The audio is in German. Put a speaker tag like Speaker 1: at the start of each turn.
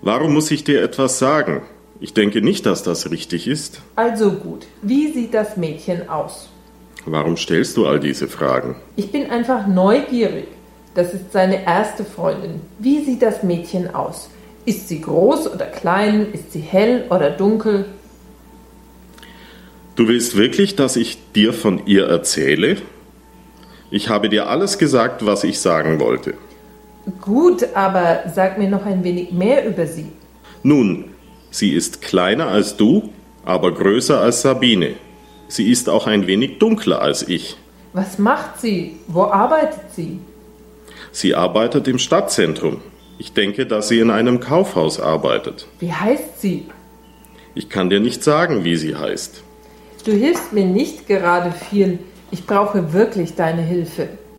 Speaker 1: Warum muss ich dir etwas sagen? Ich denke nicht, dass das richtig ist.
Speaker 2: Also gut, wie sieht das Mädchen aus?
Speaker 1: Warum stellst du all diese Fragen?
Speaker 2: Ich bin einfach neugierig. Das ist seine erste Freundin. Wie sieht das Mädchen aus? Ist sie groß oder klein? Ist sie hell oder dunkel?
Speaker 1: Du willst wirklich, dass ich dir von ihr erzähle? Ich habe dir alles gesagt, was ich sagen wollte.
Speaker 2: Gut, aber sag mir noch ein wenig mehr über sie.
Speaker 1: Nun, sie ist kleiner als du, aber größer als Sabine. Sie ist auch ein wenig dunkler als ich.
Speaker 2: Was macht sie? Wo arbeitet sie?
Speaker 1: Sie arbeitet im Stadtzentrum. Ich denke, dass sie in einem Kaufhaus arbeitet.
Speaker 2: Wie heißt sie?
Speaker 1: Ich kann dir nicht sagen, wie sie heißt.
Speaker 2: Du hilfst mir nicht gerade viel. Ich brauche wirklich deine Hilfe.